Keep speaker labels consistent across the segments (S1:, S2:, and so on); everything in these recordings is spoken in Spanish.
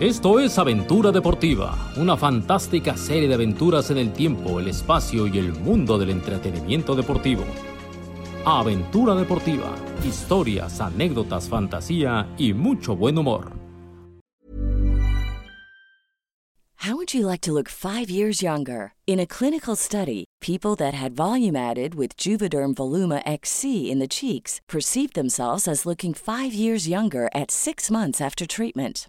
S1: Esto es Aventura Deportiva, una fantástica serie de aventuras en el tiempo, el espacio y el mundo del entretenimiento deportivo. Aventura Deportiva, historias, anécdotas, fantasía y mucho buen humor.
S2: How would you like to look five years younger? In a clinical study, people that had volume added with Juvederm Voluma XC in the cheeks perceived themselves as looking five years younger at six months after treatment.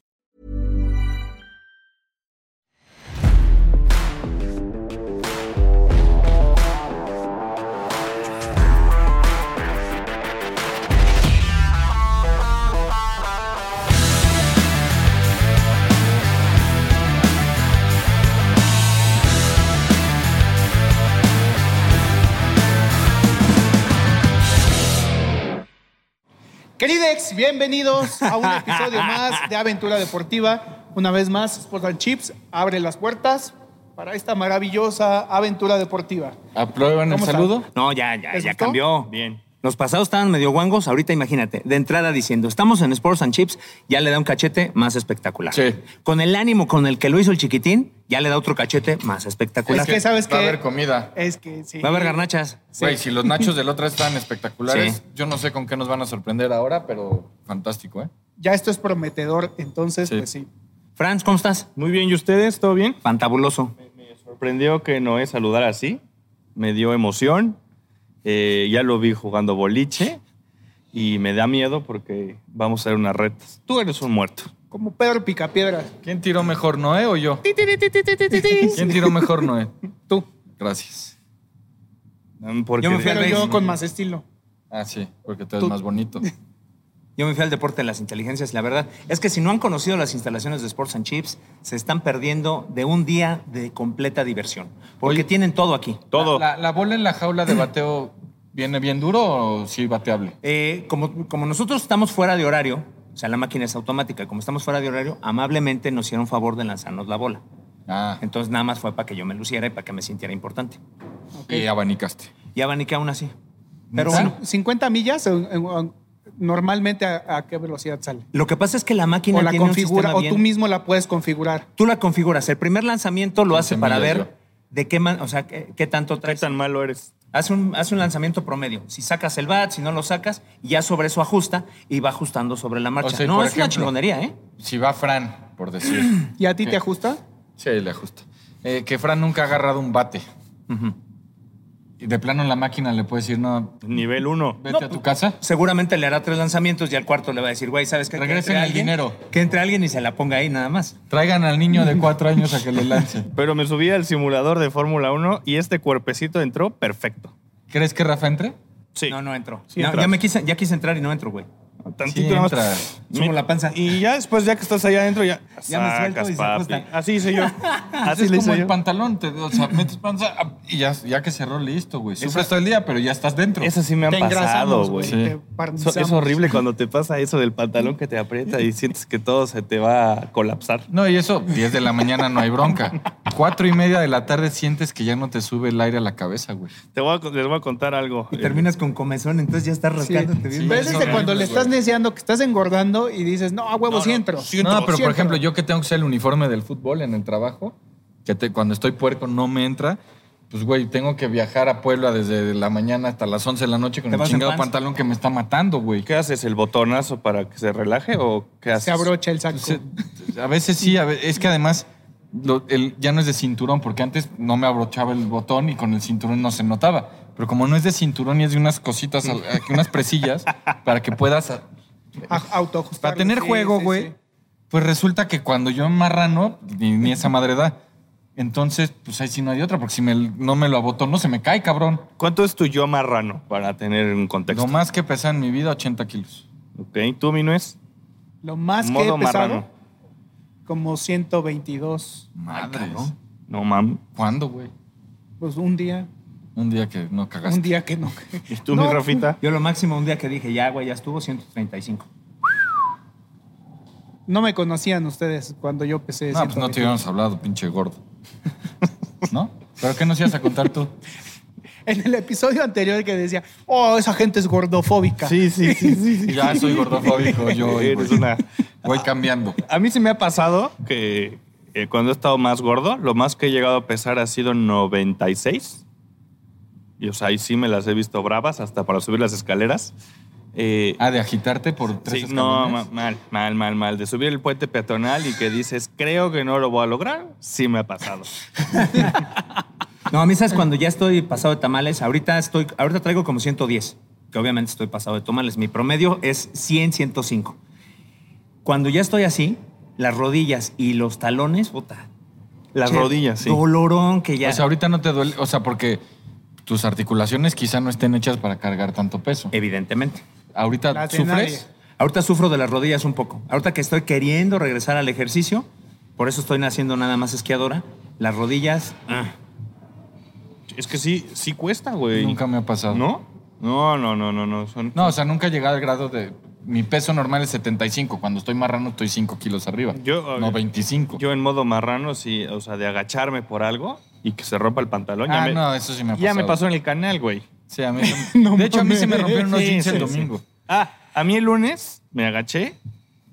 S3: Queridex, bienvenidos a un episodio más de Aventura Deportiva. Una vez más, Sports and Chips abre las puertas para esta maravillosa aventura deportiva.
S4: ¿Aprueban el
S3: ¿Cómo
S4: saludo?
S5: No, ya, ya,
S3: ¿Les
S5: ya
S3: gustó?
S5: cambió.
S4: Bien.
S5: Los pasados estaban medio guangos, ahorita imagínate, de entrada diciendo, estamos en Sports and Chips, ya le da un cachete más espectacular.
S4: Sí.
S5: Con el ánimo con el que lo hizo el chiquitín, ya le da otro cachete más espectacular.
S3: Es que sabes
S4: Pues Va a
S3: que-
S4: haber comida.
S3: Es que sí.
S5: Va a haber garnachas.
S4: Güey, si los nachos del otro estaban espectaculares,
S5: Sí.
S4: yo no sé con qué nos van a sorprender ahora, pero fantástico, ¿eh?
S3: Ya esto es prometedor, entonces,
S4: Sí.
S3: pues sí.
S5: Franz, ¿cómo estás?
S6: Muy bien, ¿y ustedes? ¿Todo bien?
S5: Fantabuloso.
S6: Me sorprendió que Noé saludara así. Me dio emoción. Eh, ya lo vi jugando boliche. Y me da miedo porque vamos a hacer unas retas. Tú eres un muerto.
S3: Como Pedro Picapiedra.
S4: ¿Quién tiró mejor, Noé o yo? ¿Quién tiró mejor, Noé?
S3: Tú.
S4: Gracias.
S6: Mm, Porque
S5: Yo me fui al
S3: Pero
S5: Tal vez,
S3: yo
S5: ¿no?
S3: con más estilo.
S4: Ah, sí, porque tú eres
S3: Tú.
S4: más bonito.
S5: Yo me fui al deporte de las inteligencias. La verdad es que si no han conocido las instalaciones de Sports and Chips, se están perdiendo de un día de completa diversión. Porque
S4: Oye.
S5: tienen todo aquí.
S6: todo.
S4: ¿La, la bola en la jaula de bateo viene bien duro o sí bateable?
S5: Eh, como, como nosotros estamos fuera de horario, o sea, la máquina es automática, como estamos fuera de horario, amablemente nos hicieron favor de lanzarnos la bola.
S4: Ah,
S5: Entonces nada más fue para que yo me luciera y para que me sintiera importante.
S4: y abanicaste.
S5: Y abaniqué aún así. Pero
S4: ¿Sí?
S5: bueno,
S3: 50 millas, en- en- normalmente, ¿a, a qué velocidad sale?
S5: lo que pasa es que la máquina
S3: O la
S5: tiene un
S3: configura,
S5: sistema
S3: o
S5: bien-
S3: tú mismo la puedes configurar.
S5: tú la configuras. El primer lanzamiento lo hace para
S4: millas
S5: ver
S4: yo.
S5: de qué, man- o sea, qué, qué tanto
S6: ¿Qué
S5: traes.
S6: tan malo eres?
S5: Hace un, hace un lanzamiento promedio. Si sacas el bat, si no lo sacas, y ya sobre eso ajusta y va ajustando sobre la marcha.
S4: sea, y
S5: no,
S4: por
S5: es una
S4: ejemplo-
S5: chingonería, ¿eh?
S4: Si va Fran, por decir.
S3: ¿Y a ti
S4: Sí.
S3: te ajusta?
S4: Sí, le ajusta. Eh, que Fran nunca ha agarrado un bate. Y de plano en la máquina le puede decir, no,
S6: Nivel 1.
S4: vete a tu casa.
S5: Seguramente le hará tres lanzamientos y al cuarto le va a decir, güey, ¿sabes qué? Que
S4: Regresen
S5: entre
S4: el
S5: alguien-
S4: dinero.
S5: Que entre alguien y se la ponga ahí nada más.
S4: Traigan al niño de cuatro años a que le lance.
S6: Pero me subí al simulador de Fórmula 1 y este cuerpecito entró perfecto.
S4: ¿Crees que Rafa entre?
S6: Sí.
S5: No, no entro.
S6: Sí
S5: No,
S6: entras.
S5: ya me quise, ya quise entrar y no entro, güey.
S6: Tantito
S4: Sí,
S6: nada más.
S4: entra.
S5: Subo
S6: Me-
S5: la panza.
S6: Y ya después, ya que estás allá adentro, ya.
S5: Ya me suelto y se
S6: papi.
S5: ajusta.
S6: Así hice yo. Así
S4: es
S6: le
S4: como
S6: hice
S4: el
S6: yo.
S4: pantalón, te, o sea, metes panza ah, y ya, ya que cerró, listo, güey. Sufres todo el día, pero ya estás dentro.
S6: Esas sí me han
S3: Te
S6: pasado,
S3: engrasamos, güey.
S6: güey.
S4: Sí.
S3: Te
S6: Eso-
S3: barnizamos.
S6: es horrible cuando te pasa eso del pantalón que te aprieta y sientes que todo se te va a colapsar.
S4: No, y eso, 10 de la mañana no hay bronca. Cuatro y media de la tarde sientes que ya no te sube el aire a la cabeza, güey.
S6: Te voy a, con- les voy a contar algo.
S5: Y
S6: Eh,
S5: terminas con comezón, entonces ya estás
S3: Sí.
S5: rascándote bien.
S4: Sí.
S3: Pero es
S4: Eso
S3: desde
S4: es
S3: cuando
S4: horrible,
S3: le estás
S4: güey.
S3: neceando que estás engordando y dices, no, a huevo, sí entro.
S4: No, pero
S3: Sí
S4: por
S3: entro.
S4: ejemplo, yo que tengo que usar el uniforme del fútbol en el trabajo, que te- cuando estoy puerco no me entra, pues güey, tengo que viajar a Puebla desde la mañana hasta las 11 de la noche con
S5: Te
S4: el
S5: vas en
S4: chingado
S5: pants.
S4: pantalón que me está matando, güey.
S6: ¿Qué haces? ¿El botonazo para que se relaje o qué haces?
S3: Se abrocha el saco.
S4: Se- a veces sí, a ve- es que además lo- el- ya no es de cinturón, porque antes no me abrochaba el botón y con el cinturón no se notaba. Pero como no es de cinturón y es de unas cositas, al- aquí, unas presillas, para que puedas a-
S3: a- autoajustar.
S4: Para tener
S3: Sí,
S4: juego,
S3: sí,
S4: güey,
S3: sí.
S4: pues resulta que cuando yo marrano, ni, ni esa madre da. Entonces, pues ahí sí no hay otra, porque si me- no me lo abotono, se me cae, cabrón.
S6: ¿Cuánto es tu yo marrano para tener un contexto?
S4: Lo más que pesa en mi vida, 80 kilos.
S6: Ok, ¿tú, Minués?
S3: Lo más que he
S6: Modo
S3: pesado,
S6: marrano.
S3: como 122.
S4: Madre,
S6: cabrón. No, mam.
S4: ¿Cuándo, güey?
S3: Pues un día,
S4: Un día que no cagaste.
S3: un día que no.
S6: ¿Y tú,
S3: No,
S6: mi Rafita?
S5: Yo lo máximo un día que dije, ya, güey, ya estuvo 135.
S3: No me conocían ustedes cuando yo empecé.
S4: No, pues no te
S3: 122.
S4: hubiéramos hablado, pinche gordo. ¿No? ¿Pero qué nos ibas a contar tú?
S3: En el episodio anterior que decía, oh, esa gente es gordofóbica.
S6: Sí, sí, sí, sí. sí.
S4: Ya soy gordofóbico, yo güey.
S6: Eres una-
S4: voy cambiando.
S6: A mí se me ha pasado que eh, cuando he estado más gordo, lo más que he llegado a pesar ha sido 96. Y o sea, ahí sí me las he visto bravas hasta para subir las escaleras. Eh,
S4: Ah, de agitarte por tres
S6: sí, no, ma-
S4: escalones.
S6: mal, mal, mal, mal. De subir el puente peatonal y que dices, creo que no lo voy a lograr, sí me ha pasado.
S5: No, a mí sabes cuando ya estoy pasado de tamales, ahorita estoy, ahorita traigo como 110, que obviamente estoy pasado de tamales. Mi promedio es 100, 105. Cuando ya estoy así, las rodillas y los talones, puta.
S6: Las
S5: che,
S6: rodillas, sí.
S5: Dolorón que ya.
S4: O sea, ahorita no te duele, o sea, porque tus articulaciones quizá no estén hechas para cargar tanto peso.
S6: Eh,
S5: evidentemente.
S4: ahorita
S3: Las de
S4: sufres.
S5: Ahorita sufro de las rodillas un poco. Ahorita que estoy queriendo regresar al ejercicio, por eso estoy naciendo nada más esquiadora, las rodillas. ah.
S6: Es que sí, sí cuesta, güey.
S4: Nunca me ha pasado.
S6: ¿No? No, no, no, no, no. Son...
S4: No, o sea, nunca he llegado al grado de. Mi peso normal es 75. Cuando estoy marrano, estoy 5 kilos arriba.
S6: Yo,
S4: no,
S6: eh,
S4: 25.
S6: Yo en modo marrano, sí, o sea, de agacharme por algo y que se rompa el pantalón. ya
S4: ah,
S6: me,
S4: no, eso sí me ha pasado.
S6: ya me pasó en el canal, güey.
S4: Sí, a mí se- de hecho, a mí se me rompieron unos
S6: Sí,
S4: jeans
S6: sí,
S4: el
S6: sí.
S4: domingo.
S6: Ah, a mí el lunes me agaché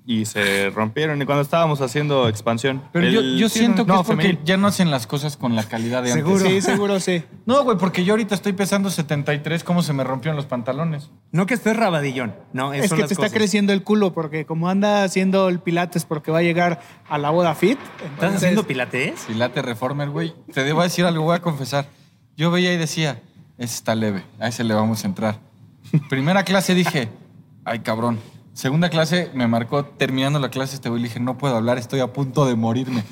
S6: y se rompieron. Y cuando estábamos haciendo expansión.
S4: Pero yo,
S6: el-
S4: yo siento que
S6: no,
S4: es porque
S6: femenil.
S4: ya no hacen las cosas con la calidad de antes.
S5: Seguro.
S3: Sí, seguro sí.
S4: No, güey, porque yo ahorita estoy pesando 73, ¿cómo se me rompieron los pantalones?
S5: No que estés rabadillón. No,
S3: Es
S5: son
S3: que
S5: las
S3: te está
S5: cosas.
S3: creciendo el culo porque como anda haciendo el pilates porque va a llegar a la boda fit.
S5: ¿Estás
S3: entonces-
S5: haciendo pilates?
S4: Pilate Reformer, güey. Te debo decir algo, voy a confesar. Yo veía y decía, ese está leve, a ese le vamos a entrar. Primera clase dije, ay, cabrón. Segunda clase me marcó, terminando la clase este güey, le dije, no puedo hablar, estoy a punto de morirme.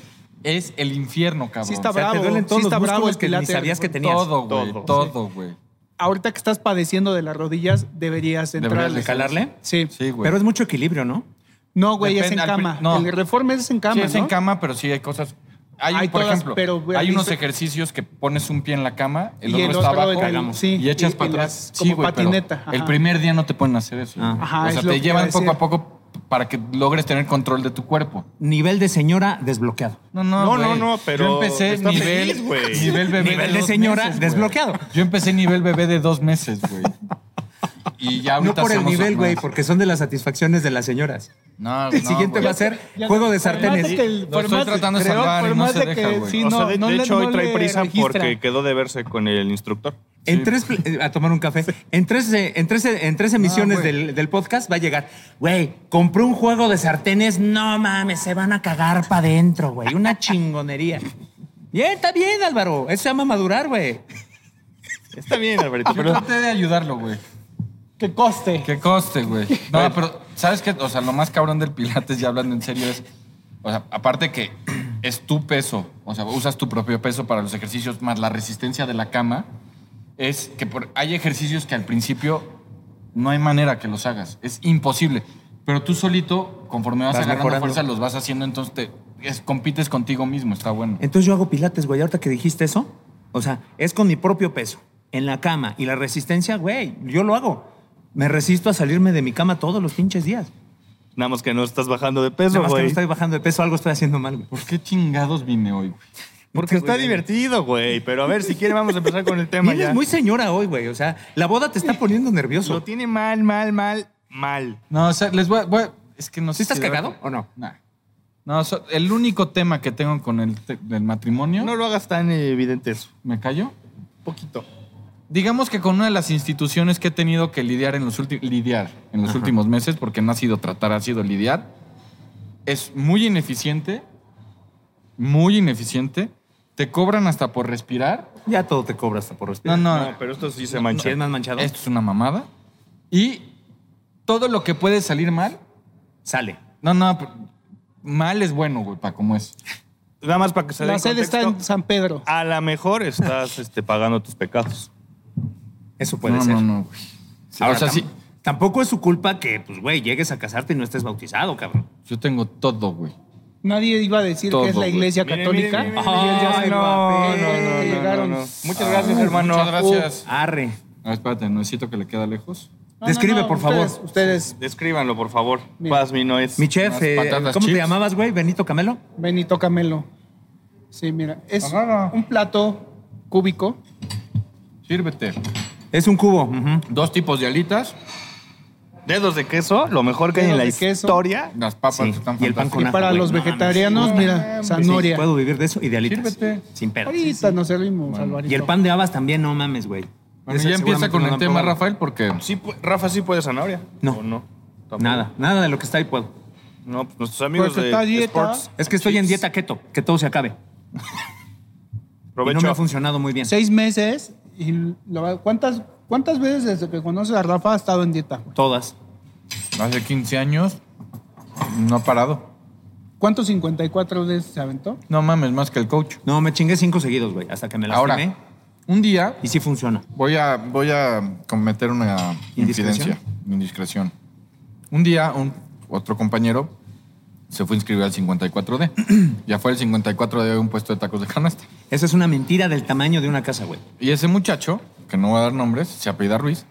S4: Es el infierno, cabrón.
S3: Sí está
S5: sea, te
S3: bravo.
S5: duelen todos
S3: sí está
S5: los músculos
S3: bravo el
S5: que ni
S3: pilates.
S5: sabías que tenías.
S4: Todo, güey,
S6: Todo.
S4: todo, güey.
S3: Ahorita que estás padeciendo de las rodillas, deberías entrar.
S4: Deberías de
S5: ¿Calarle?
S3: Sí.
S4: Sí, güey.
S5: Pero es mucho equilibrio, ¿no?
S3: No, güey, es en
S4: Depende, al
S3: cama.
S4: pri- no.
S3: El reforme es en cama.
S4: Sí, es en
S3: ¿no?
S4: cama, pero sí hay cosas. Hay,
S3: Hay
S4: por
S3: todas,
S4: ejemplo,
S3: pero
S4: hay
S3: realiza-
S4: unos ejercicios que pones un pie en la cama, el
S3: Y
S4: otro
S3: el
S4: está
S3: otro en
S4: abajo
S3: el-
S4: digamos,
S3: sí,
S4: y echas
S3: y-
S4: para
S3: y
S4: atrás.
S3: las- como
S4: güey, pero
S3: patineta, ajá.
S4: El primer día no te pueden hacer eso.
S5: Ah.
S4: güey.
S3: Ajá,
S4: o
S3: es
S4: sea,
S3: lo que
S4: te
S3: iba a
S4: llevan poco
S3: decir.
S4: a poco para que logres tener control de tu cuerpo.
S5: Nivel de señora desbloqueado.
S4: No, no,
S6: No,
S4: güey.
S6: no, no, pero
S4: Yo empecé
S6: está
S4: nivel,
S6: feliz, güey.
S4: nivel bebé.
S5: Nivel de
S4: dos
S5: señora
S4: meses, güey.
S5: desbloqueado.
S4: Yo empecé nivel bebé de dos meses, güey. Y
S3: Ah,
S4: ya
S5: No
S4: ahorita
S5: por el
S4: somos-
S5: nivel, güey, porque son de las satisfacciones de las señoras.
S4: No,
S5: El
S4: no,
S5: siguiente
S4: güey.
S5: va a ser
S3: Ya
S5: juego de
S3: no, por más
S5: sartenes.
S3: que el-
S4: Lo
S3: por
S4: estoy
S3: más-
S4: tratando de
S3: creo-
S4: salvar y
S3: por
S4: no
S3: más
S4: se
S3: de
S4: deja,
S3: que
S4: güey.
S3: sí,
S6: o sea,
S3: no-
S6: de,
S3: no
S6: de
S3: le-
S6: hecho,
S3: no
S6: hoy trae
S3: le
S6: prisa
S3: registra.
S6: porque quedó de verse con el instructor.
S5: En tres, pl- eh, a tomar un café. En tres, eh, en tres, en tres emisiones
S4: güey.
S5: del, del podcast va a llegar, güey, compré un juego de sartenes. No mames, se van a cagar para adentro, güey. Una chingonería. Bien, está bien, Álvaro. Eso se llama madurar, güey.
S6: Está bien, Alberto,
S4: Yo
S6: pero
S4: traté de ayudarlo, güey.
S3: Que coste.
S4: Que coste, güey. No, pero ¿sabes qué? O sea, lo más cabrón del Pilates, ya hablando en serio, es. O sea, aparte que es tu peso, o sea, usas tu propio peso para los ejercicios más la resistencia de la cama, es que por- hay ejercicios que al principio no hay manera que los hagas. Es imposible. Pero tú solito, conforme vas,
S5: Vas
S4: agarrando
S5: mejorando.
S4: fuerza, los vas haciendo, entonces te, es- compites contigo mismo. Está bueno.
S5: Entonces yo hago pilates, güey. Ahorita que dijiste eso, o sea, es con mi propio peso, en la cama. Y la resistencia, güey, yo lo hago. Me resisto a salirme de mi cama todos los pinches días.
S6: nada más que no estás bajando de
S5: Nada
S6: peso,
S5: más que no
S6: güey.
S5: estoy bajando de peso, algo estoy haciendo mal, güey.
S4: ¿Por qué chingados vine hoy, güey?
S6: Porque está
S5: Güey.
S6: divertido, güey. Pero a ver, si quiere, vamos a empezar con el tema
S5: Vienes
S6: ya.
S5: muy señora hoy, güey. O sea, la boda te está poniendo nervioso.
S6: Lo tiene mal, mal, mal, mal.
S4: No, o sea, les voy a. voy a- es que no sé.
S5: ¿Sí estás
S4: si de
S5: cagado
S4: verdad-
S5: o no?
S4: Nah. No, so- el único tema que tengo con el te- del matrimonio.
S6: No lo hagas tan evidente eso.
S4: ¿Me callo?
S6: Poquito.
S4: Digamos que con una de las instituciones que he tenido que lidiar en los, ulti- lidiar en los últimos meses, porque no ha sido tratar, ha sido lidiar, es muy ineficiente, muy ineficiente. Te cobran hasta por respirar.
S5: Ya todo te cobra hasta por
S4: No,
S5: respirar.
S4: no,
S6: No, pero esto sí se
S5: ¿Sí
S6: mancha.
S5: es más manchado?
S4: esto es una mamada. Y todo lo que puede salir mal.
S5: Sale.
S4: No, no, pero mal es bueno, güey, para cómo es.
S6: Nada más para que se
S3: La
S6: den
S3: sede está en
S6: contexto, Ah.
S3: San Pedro.
S6: A lo mejor estás este, pagando tus pecados.
S5: Eso puede
S4: no,
S5: ser.
S4: no, no, güey. Ahora, o sea,
S5: tam-
S4: sí,
S5: Tampoco es su culpa que, pues, güey, llegues a casarte y no estés bautizado, cabrón.
S4: yo tengo todo, güey.
S3: Nadie iba a decir
S4: Todo,
S3: que es la
S4: güey.
S3: iglesia católica.
S5: miren, miren,
S3: Y él ya se
S5: Ay,
S3: lo
S5: no,
S3: apé,
S5: no, no, no, no,
S3: llegaron.
S5: no.
S4: Ah, Muchas gracias, hermano. Muchas gracias.
S5: Arre.
S4: A ver, espérate, necesito que le queda lejos.
S3: No,
S5: Describe, por favor.
S3: ustedes- Ustedes,
S6: Descríbanlo, por favor.
S3: Mira.
S6: Paz, mi no es.
S5: Mi chef,
S4: Unas
S5: eh,
S4: patatas
S5: ¿cómo te
S4: chips.
S5: llamabas, güey? Benito Camelo.
S3: Benito Camelo. Sí, mira. Es
S4: Agarra.
S3: un plato cúbico.
S4: Sírvete.
S5: Es un cubo. ujú.
S4: Dos tipos de alitas.
S6: Dedos de queso, lo mejor que hay
S3: Dedos
S6: en la
S3: de queso.
S6: historia.
S4: Las papas
S5: Sí,
S4: están
S5: y el pan
S4: fantásticas.
S5: con
S3: Y
S5: ajo,
S3: para
S5: güey.
S3: los
S5: No,
S3: vegetarianos, mira,
S5: Sí,
S3: zanoria.
S5: puedo vivir de eso y de alitas.
S4: Sírvete.
S5: Sin pedo.
S3: Ahorita nos servimos, Alvarito.
S5: Y el pan de habas también, no mames, güey.
S4: Bueno,
S5: Ese
S4: ya empieza
S5: seguramente
S4: con
S5: no lo
S4: el
S5: han
S4: tema,
S5: probado.
S4: Rafael, porque
S6: Sí, pu- Rafa sí puede zanahoria.
S5: No.
S6: ¿O no. Tampoco.
S5: Nada, nada de lo que está ahí puedo.
S6: No, pues nuestros amigos
S3: Porque
S6: de
S3: está dieta.
S6: Sports.
S5: Es que estoy en dieta keto, que todo se acabe. Y
S6: Provecho.
S5: no me ha funcionado muy bien.
S3: Seis meses. Y lo va- ¿cuántas, ¿Cuántas veces desde que conoces a Rafa ha estado en dieta? güey?
S5: Todas.
S4: hace 15 años no ha parado.
S3: ¿Cuántos 54 veces se aventó?
S4: No mames, más que el coach.
S5: No, me chingué cinco seguidos, güey, hasta que me lastimé.
S4: Ahora, un día
S5: Y sí funciona.
S4: voy a, voy a cometer una
S5: ¿Indiscreción?
S4: infidencia, indiscreción. Un día, un, otro compañero se fue a inscribir al 54D. ya fue el 54D de un puesto de tacos de canasta.
S5: Esa es una mentira del tamaño de una casa, güey.
S4: Y ese muchacho, que no voy a dar nombres, se apellida Ruiz,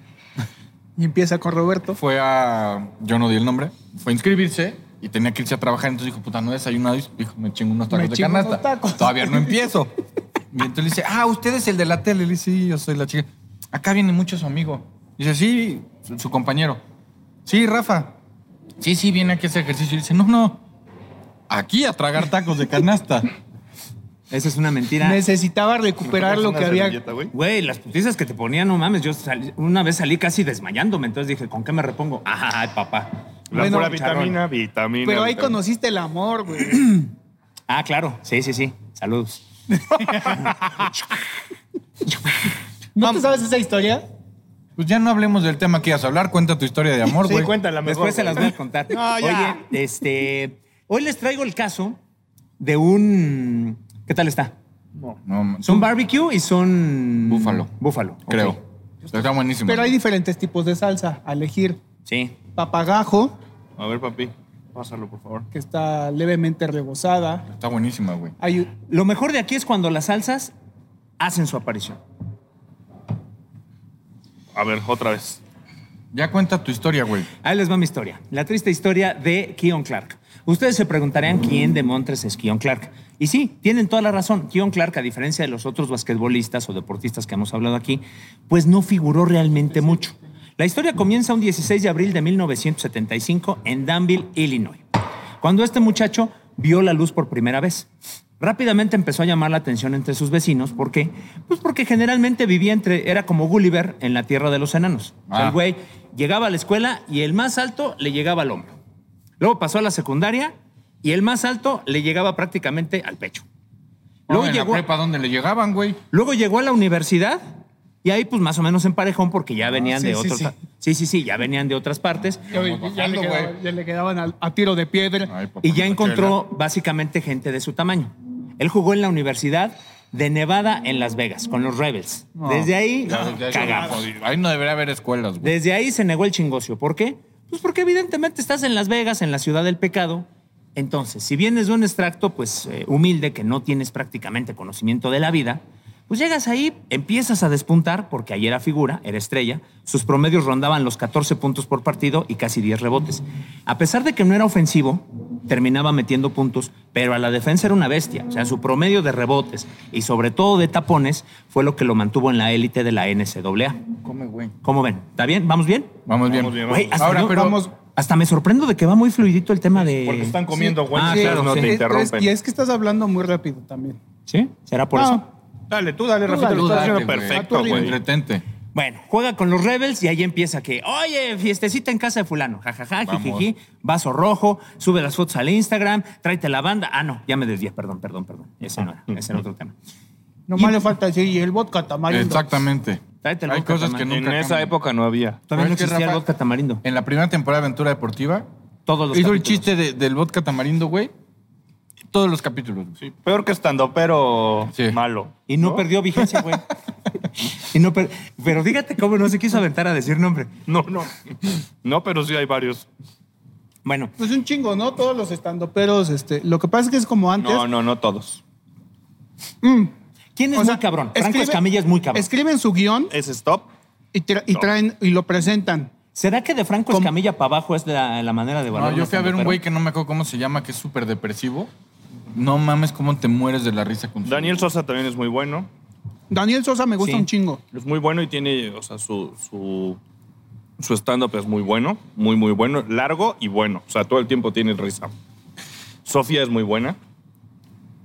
S3: Y empieza con Roberto.
S4: fue a. Yo no di el nombre, fue a inscribirse y tenía que irse a trabajar. Entonces dijo, puta, no he desayunado. Y dijo, me chingo unos tacos
S3: Me
S4: de
S3: chingo
S4: canasta.
S3: unos tacos.
S4: Todavía no empiezo. Y entonces le dice, ah, usted es el de la tele. Le dice, sí, yo soy la chica. Acá viene mucho su amigo. Dice, sí, su, su compañero. Sí, Rafa. Sí, sí, viene aquí a hacer ejercicio. Y dice, no, no. Aquí a tragar tacos de canasta.
S5: Esa es una mentira.
S3: Necesitaba recuperar lo que había.
S5: Güey, las putizas que te ponían, no mames. Yo salí- una vez salí casi desmayándome, entonces dije, ¿con qué me repongo? Ay, papá.
S6: La
S3: Bueno,
S6: pura
S5: charrón.
S6: vitamina, vitamina.
S3: Pero ahí
S6: vitamina.
S3: conociste el amor, güey.
S5: Ah, claro. Sí, sí, sí. Saludos.
S3: ¿No te sabes esa historia?
S4: Pues ya no hablemos del tema que ibas a hablar. Cuenta tu historia de amor,
S6: Sí,
S4: güey.
S6: cuéntala mejor.
S5: Después se las voy
S6: güey.
S5: a contar.
S6: No, ya.
S5: Oye, este. Hoy les traigo el caso de un. ¿Qué tal está?
S4: No, ma-
S5: Son barbecue y son.
S4: Búfalo.
S5: Búfalo. ok.
S4: creo. Está buenísimo.
S3: Pero hay diferentes tipos de salsa a elegir.
S5: Sí.
S3: Papagajo,
S6: A ver, papi, pásalo, por favor.
S3: que está levemente rebozada.
S4: Está buenísima, güey.
S3: Hay un-
S5: Lo mejor de aquí es cuando las salsas hacen su aparición.
S6: A ver, otra vez.
S4: Ya cuenta tu historia, güey.
S5: Ahí les va mi historia. La triste historia de Keon Clark. Ustedes se preguntarían quién de Montres es Keon Clark. Y sí, tienen toda la razón. Keon Clark, a diferencia de los otros basquetbolistas o deportistas que hemos hablado aquí, pues no figuró realmente mucho. La historia comienza un 16 de abril de 1975 en Danville, Illinois, cuando este muchacho vio la luz por primera vez. Rápidamente empezó a llamar la atención entre sus vecinos. ¿Por qué? Pues porque generalmente vivía entre, era como Gulliver en la Tierra de los Enanos. O sea,
S4: Ah.
S5: el güey llegaba a la escuela y el más alto le llegaba al hombro. Luego pasó a la secundaria y el más alto le llegaba prácticamente al pecho. Luego,
S4: en
S5: llegó,
S4: la prepa donde le llegaban, güey.
S5: luego llegó a la universidad y ahí pues más o menos en parejón porque
S4: Ah,
S5: ya venían
S3: sí,
S5: de
S3: sí,
S5: otros...
S3: sí.
S5: sí, sí, sí, ya venían de otras partes.
S3: Ya, ya le
S4: bajando,
S3: quedaba-
S4: güey.
S3: ya le quedaban al- a tiro de piedra.
S4: Ay, papá,
S5: y ya
S4: no,
S5: encontró básicamente gente de su tamaño. Él jugó en la Universidad de Nevada en Las Vegas con los Rebels. Desde ahí,
S4: chela. Ya, ya, ya,
S5: cagamos.
S4: jodido. Ahí no debería haber escuelas, güey.
S5: Desde ahí se negó el chingocio. ¿Por qué? Pues porque evidentemente estás en Las Vegas, en la ciudad del pecado. Entonces, si vienes de un extracto pues eh, humilde que no tienes prácticamente conocimiento de la vida, pues llegas ahí, empiezas a despuntar porque ahí era figura, era estrella. Sus promedios rondaban los 14 puntos por partido y casi 10 rebotes. A pesar de que no era ofensivo, terminaba metiendo puntos, pero a la defensa era una bestia. O sea, su promedio de rebotes y sobre todo de tapones fue lo que lo mantuvo en la élite de la NCAA.
S4: Come, güey.
S5: ¿Cómo ven? ¿Está bien? ¿Vamos bien?
S4: Vamos bien.
S6: Vamos bien,
S5: Güey, hasta,
S4: Ahora,
S5: yo-
S4: pero
S5: vamos- hasta me sorprendo de que va muy fluidito el tema de.
S6: Porque están comiendo,
S5: Sí.
S6: güey.
S5: Ah,
S6: ustedes
S5: claro,
S6: no
S5: sí.
S6: te
S3: Es-
S6: interrumpen.
S3: es- y es que estás hablando muy rápido también.
S5: ¿Sí? ¿Será por
S3: Ah,
S5: eso?
S6: Dale, tú dale, Rafa,
S3: dale,
S6: lo estás
S4: Tú date,
S6: haciendo
S4: güey.
S6: perfecto,
S3: Tú
S6: güey.
S4: Entretente.
S5: Bueno, juega con los Rebels y ahí empieza que, oye, fiestecita en casa de fulano, jajaja, jijiji, vaso rojo, sube las fotos al Instagram, tráete la banda. Ah, no, ya me desvié, perdón, perdón, perdón. Ese no era, ese era otro tema.
S3: Nomás le falta decir, y el vodka tamarindo.
S4: Exactamente.
S5: Tráete el
S4: Hay
S5: vodka
S4: cosas que
S5: tamarindo.
S4: nunca
S6: En esa
S4: cambian.
S6: época no había.
S5: Todavía no
S4: Es que,
S5: existía el
S4: Rafa,
S5: vodka tamarindo.
S4: En la primera temporada de Aventura Deportiva,
S5: Todos los
S4: hizo el
S5: capítulos.
S4: chiste de- del vodka tamarindo, güey. Todos los capítulos.
S6: Sí, peor que estando, pero
S4: Sí.
S6: malo.
S5: Y no, perdió vigencia, güey. y no per- Pero dígate cómo no se quiso aventar a decir nombre.
S6: No, no. No, pero sí hay varios.
S5: Bueno,
S3: Pues un chingo, ¿no? Todos los estandoperos, este, lo que pasa es que es como antes. mm,
S6: No, no, no todos.
S5: ¿quién es
S3: O sea,
S5: muy cabrón? Franco
S3: escribe-
S5: Escamilla es muy cabrón.
S3: Escriben su guión
S6: Es stop.
S3: y, tra- y traen y lo presentan.
S5: ¿Será que de Franco
S3: ¿Cómo?
S5: Escamilla para abajo es la, la manera de
S4: No,
S5: valorar?
S4: yo
S5: un
S4: fui a ver un
S5: estandopero?
S4: güey que no me acuerdo cómo se llama, que es súper depresivo. No mames, cómo te mueres de la risa con su-
S6: Daniel Sosa también es muy bueno.
S3: Daniel Sosa me gusta
S5: Sí.
S3: un chingo.
S6: Es muy bueno y tiene, o sea, su, su, su stand-up es muy bueno, muy, muy bueno, largo y bueno. O sea, todo el tiempo tiene risa. Sofía es muy buena.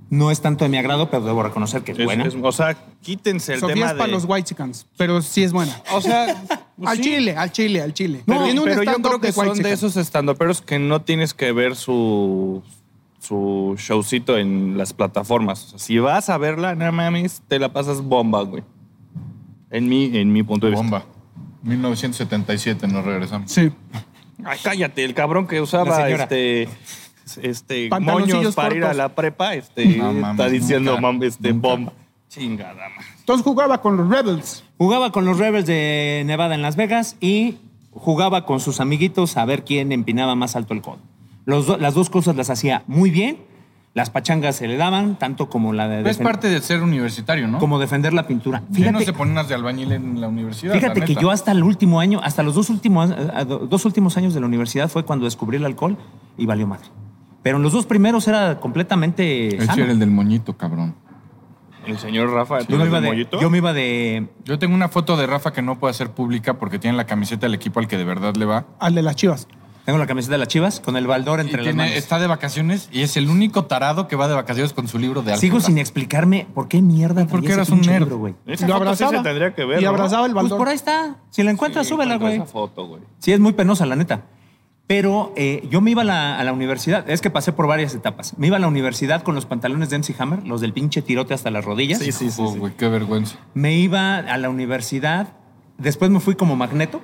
S5: No es tanto de mi agrado, pero debo reconocer que es,
S6: Es-
S5: buena.
S6: es- o sea, quítense el
S3: Sofía
S6: tema
S3: es para
S6: de... Oh, pues
S3: los Whitexicans, pero sí es buena.
S4: O sea,
S3: al
S6: sí.
S3: chile, al chile, al chile.
S6: Pero,
S3: Tiene un
S6: pero yo
S3: stand-up
S6: creo que
S3: de
S6: son de
S3: Whitexican.
S6: esos estandoperos que no tienes que ver su, su showcito en las plataformas. O sea, si vas a verla, no mames, te la pasas bomba, güey. En mi, en mi punto de vista.
S4: Bomba. 1977 nos regresamos.
S3: Sí.
S6: Ay, cállate, el cabrón que
S5: La
S6: usaba
S5: señora.
S6: este este
S3: Pantaloncillos
S6: moños para ir
S3: cortos.
S6: a la prepa, este
S4: No mames,
S6: está diciendo
S4: nunca,
S6: mames, este
S4: nunca.
S6: bomba. Chingada madre.
S3: Entonces jugaba con los Rebels.
S5: Jugaba con los Rebels de Nevada en Las Vegas y jugaba con sus amiguitos a ver quién empinaba más alto el codo. Los do- las dos cosas las hacía muy bien. Las pachangas se le daban, tanto como la de
S4: Es
S5: defen-
S4: parte de ser universitario, ¿no?
S5: como defender la pintura.
S4: ¿Por qué no
S5: Fíjate,
S4: se ponen las de albañil en la universidad?
S5: Fíjate
S4: la
S5: que
S4: neta?
S5: yo hasta el último año, hasta los dos últimos, eh, eh, dos últimos años de la universidad fue cuando descubrí el alcohol y valió madre. Pero en los dos primeros era completamente
S4: Ese
S5: sano.
S4: era el del moñito, cabrón.
S6: El señor Rafa, ¿tú
S5: Yo me,
S6: eres
S5: iba
S6: el
S5: de,
S6: mollito?
S5: yo me iba de-
S4: Yo tengo una foto de Rafa que no puede hacer pública porque tiene la camiseta del equipo al que de verdad le va.
S3: Al de las chivas.
S5: Tengo la camiseta de las chivas con el baldor
S4: Y
S5: entre las
S4: tiene-
S5: manos.
S4: está de vacaciones y es el único tarado que va de vacaciones con su libro de alcohol.
S5: Sigo sin explicarme por qué mierda
S4: Porque
S5: traía ese
S4: eras un
S5: pinche
S4: nerd.
S5: libro, güey.
S6: Esa
S3: lo
S6: foto
S3: abrazaba.
S6: sí se tendría que ver.
S3: y
S6: ¿no?
S3: abrazaba el
S5: Pues
S3: baldor.
S5: por ahí está. Si la encuentras,
S6: Sí,
S5: súbela,
S6: encuentra
S5: güey.
S6: Esa foto, güey.
S5: Sí, es muy penosa, la neta. Pero eh, yo me iba a la, a la universidad. Es que pasé por varias etapas. Me iba a la universidad con los pantalones de MC Hammer, los del pinche tirote hasta las rodillas.
S6: Sí, sí, sí.
S4: Oh,
S6: sí.
S4: güey, qué vergüenza.
S5: Me iba a la universidad, después me fui como magneto,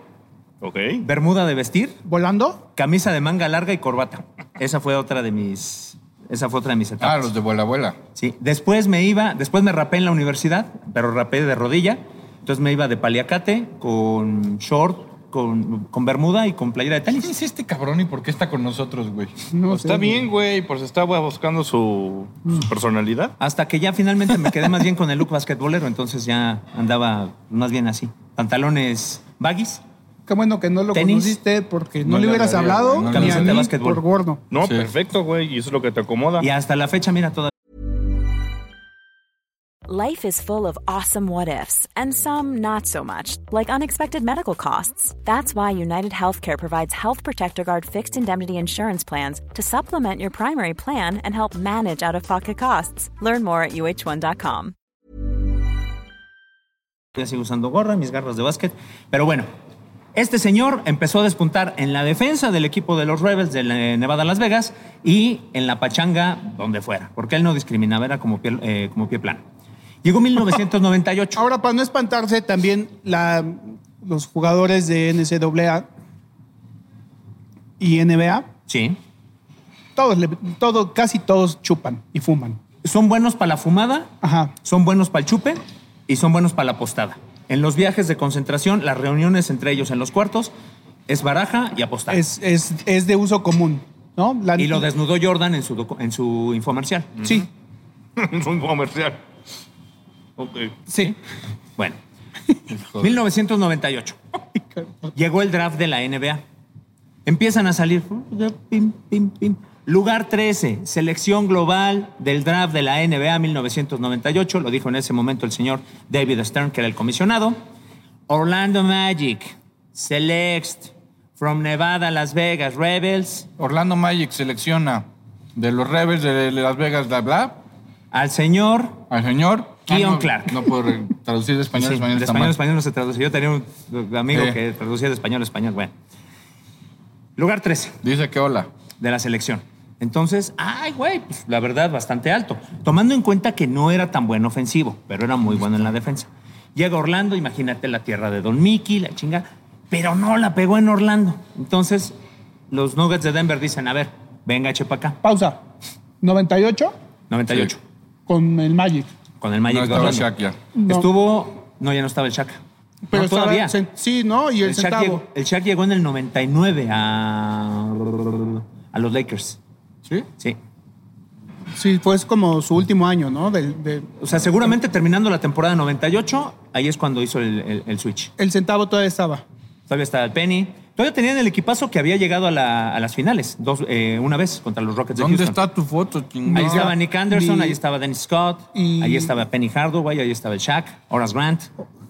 S6: Ok.
S5: bermuda de vestir,
S3: ¿Volando?
S5: camisa de manga larga y corbata. Esa fue otra de mis esa fue otra de mis
S4: Ah,
S5: etapas.
S4: los de Vuela Abuela.
S5: Sí, después me iba, después me rapé en la universidad, pero rapé de rodilla. Entonces me iba de paliacate con short, con, con bermuda y con playera de
S4: ¿Quién
S5: tenis.
S4: es este cabrón y por qué está con nosotros, güey?
S3: No
S6: Pues
S3: sé,
S6: está
S3: güey.
S6: bien, güey, pues está güey, buscando su, su personalidad.
S5: Hasta que ya finalmente me quedé más bien con el look basquetbolero, entonces ya andaba más bien así. Pantalones baggies,
S3: Qué bueno que no lo
S5: Tenis.
S3: conociste porque no,
S4: No
S3: le
S4: le
S3: hubieras
S4: hablaría,
S3: hablado
S4: güey, no le
S3: ni a
S5: hablaría.
S3: mí
S5: Básquetbol.
S3: por gordo.
S6: No,
S4: Sí.
S6: perfecto, güey, y eso es lo que te acomoda.
S5: y hasta la fecha, mira, toda
S7: Life is full of awesome what ifs, and some not so much, like unexpected medical costs. That's why United Healthcare provides Health Protector Guard fixed indemnity insurance plans to supplement your primary plan and help manage out of pocket costs. Learn more at uh1.com.
S5: Yo sigo usando gorra, mis garras de básquet. Pero bueno, este señor empezó a despuntar en la defensa del equipo de los Rebels de la- eh, Nevada Las Vegas y en la pachanga donde fuera, porque él no discriminaba, era como pie, eh, como pie plano. Llegó 1998.
S3: Ahora, para no espantarse, también la- los jugadores de NCAA y NBA,
S5: Sí.
S3: todos, le- todo, casi todos chupan y fuman.
S5: Son buenos para la fumada,
S3: Ajá.
S5: son buenos para el chupe y son buenos para la postada. En los viajes de concentración, las reuniones entre ellos en los cuartos, es baraja y apostar.
S3: Es, es- es de uso común, ¿no? La-
S5: Y lo desnudó Jordan en su, docu- en su infomercial.
S3: Sí,
S6: es un comercial. Ok.
S3: sí.
S5: Bueno, 1998. Llegó el draft de la NBA. Empiezan a salir. pim, pim, pim. Lugar 13, selección global del draft de la NBA 1998. Lo dijo en ese momento el señor David Stern, que era el comisionado. Orlando Magic, Select, From Nevada, Las Vegas, Rebels.
S4: Orlando Magic selecciona de los Rebels de Las Vegas, bla, bla,
S5: Al señor.
S4: al señor. Ah,
S5: Keon
S4: no,
S5: Clark.
S4: No puedo re- traducir de español a
S5: Sí,
S4: español.
S5: de
S4: está
S5: español a
S4: mal.
S5: español no se traduce. Yo tenía un amigo
S4: Sí.
S5: que traducía de español a español. Bueno. Lugar 13
S4: Dice que hola.
S5: de la selección. Entonces, ay, güey, pues, la verdad, bastante alto. Tomando en cuenta que no era tan buen ofensivo, pero era muy bueno en la defensa. Llega Orlando, imagínate la tierra de Don Mickey, la chinga, pero no la pegó en Orlando. Entonces, los Nuggets de Denver dicen, a ver, venga, chepa acá.
S3: Pausa. 98
S5: 98,
S3: con el Magic.
S5: con el Magic
S4: No
S5: de
S4: estaba
S5: Orlando.
S4: Shaq ya.
S3: No.
S5: Estuvo, no, ya no estaba el Shaq.
S3: Pero
S5: No,
S3: estaba-
S5: todavía.
S3: sen- sí, ¿no? Y el,
S5: El Shaq,
S3: centavo.
S5: llegó, el Shaq llegó en el 99 a, a los Lakers.
S3: ¿Sí?
S5: Sí.
S3: Sí, fue como su último año, ¿no? Del- de-
S5: O sea, seguramente terminando la temporada 98, ahí es cuando hizo el, el- el switch.
S3: el centavo todavía estaba.
S5: Todavía estaba el Penny. Todavía tenían el equipazo que había llegado a, la- a las finales, dos, eh, una vez contra los Rockets de
S4: ¿Dónde
S5: Houston.
S4: está tu foto,
S5: Ahí
S4: chingada?
S5: estaba Nick Anderson,
S3: Ni-
S5: ahí estaba Dennis Scott,
S3: Y-
S5: ahí estaba Penny Hardaway, ahí estaba el Shaq, Horace Grant.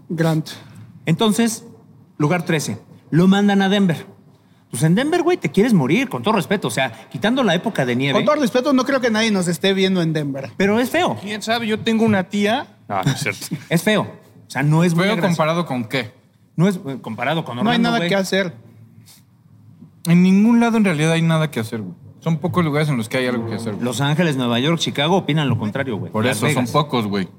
S3: Grant.
S5: Entonces, lugar 13. Lo mandan a Denver. Pues en Denver, güey, te quieres morir, con todo respeto. O sea, quitando la época de nieve.
S3: Con todo respeto, no creo que nadie nos esté viendo en Denver.
S5: Pero es feo,
S4: ¿Quién sabe? Yo tengo una tía.
S6: No, no es cierto.
S5: es feo. O sea, no es muy
S4: Veo
S5: agraciado.
S4: comparado con qué.
S5: No es eh, comparado con Orlando,
S3: No hay nada
S5: güey.
S3: que hacer.
S4: En ningún lado en realidad hay nada que hacer, güey. Son pocos lugares en los que hay algo que hacer. güey.
S5: Los Ángeles, Nueva York, Chicago opinan lo contrario, güey.
S4: Por
S5: Las
S4: eso son
S5: Vegas.
S4: pocos, güey.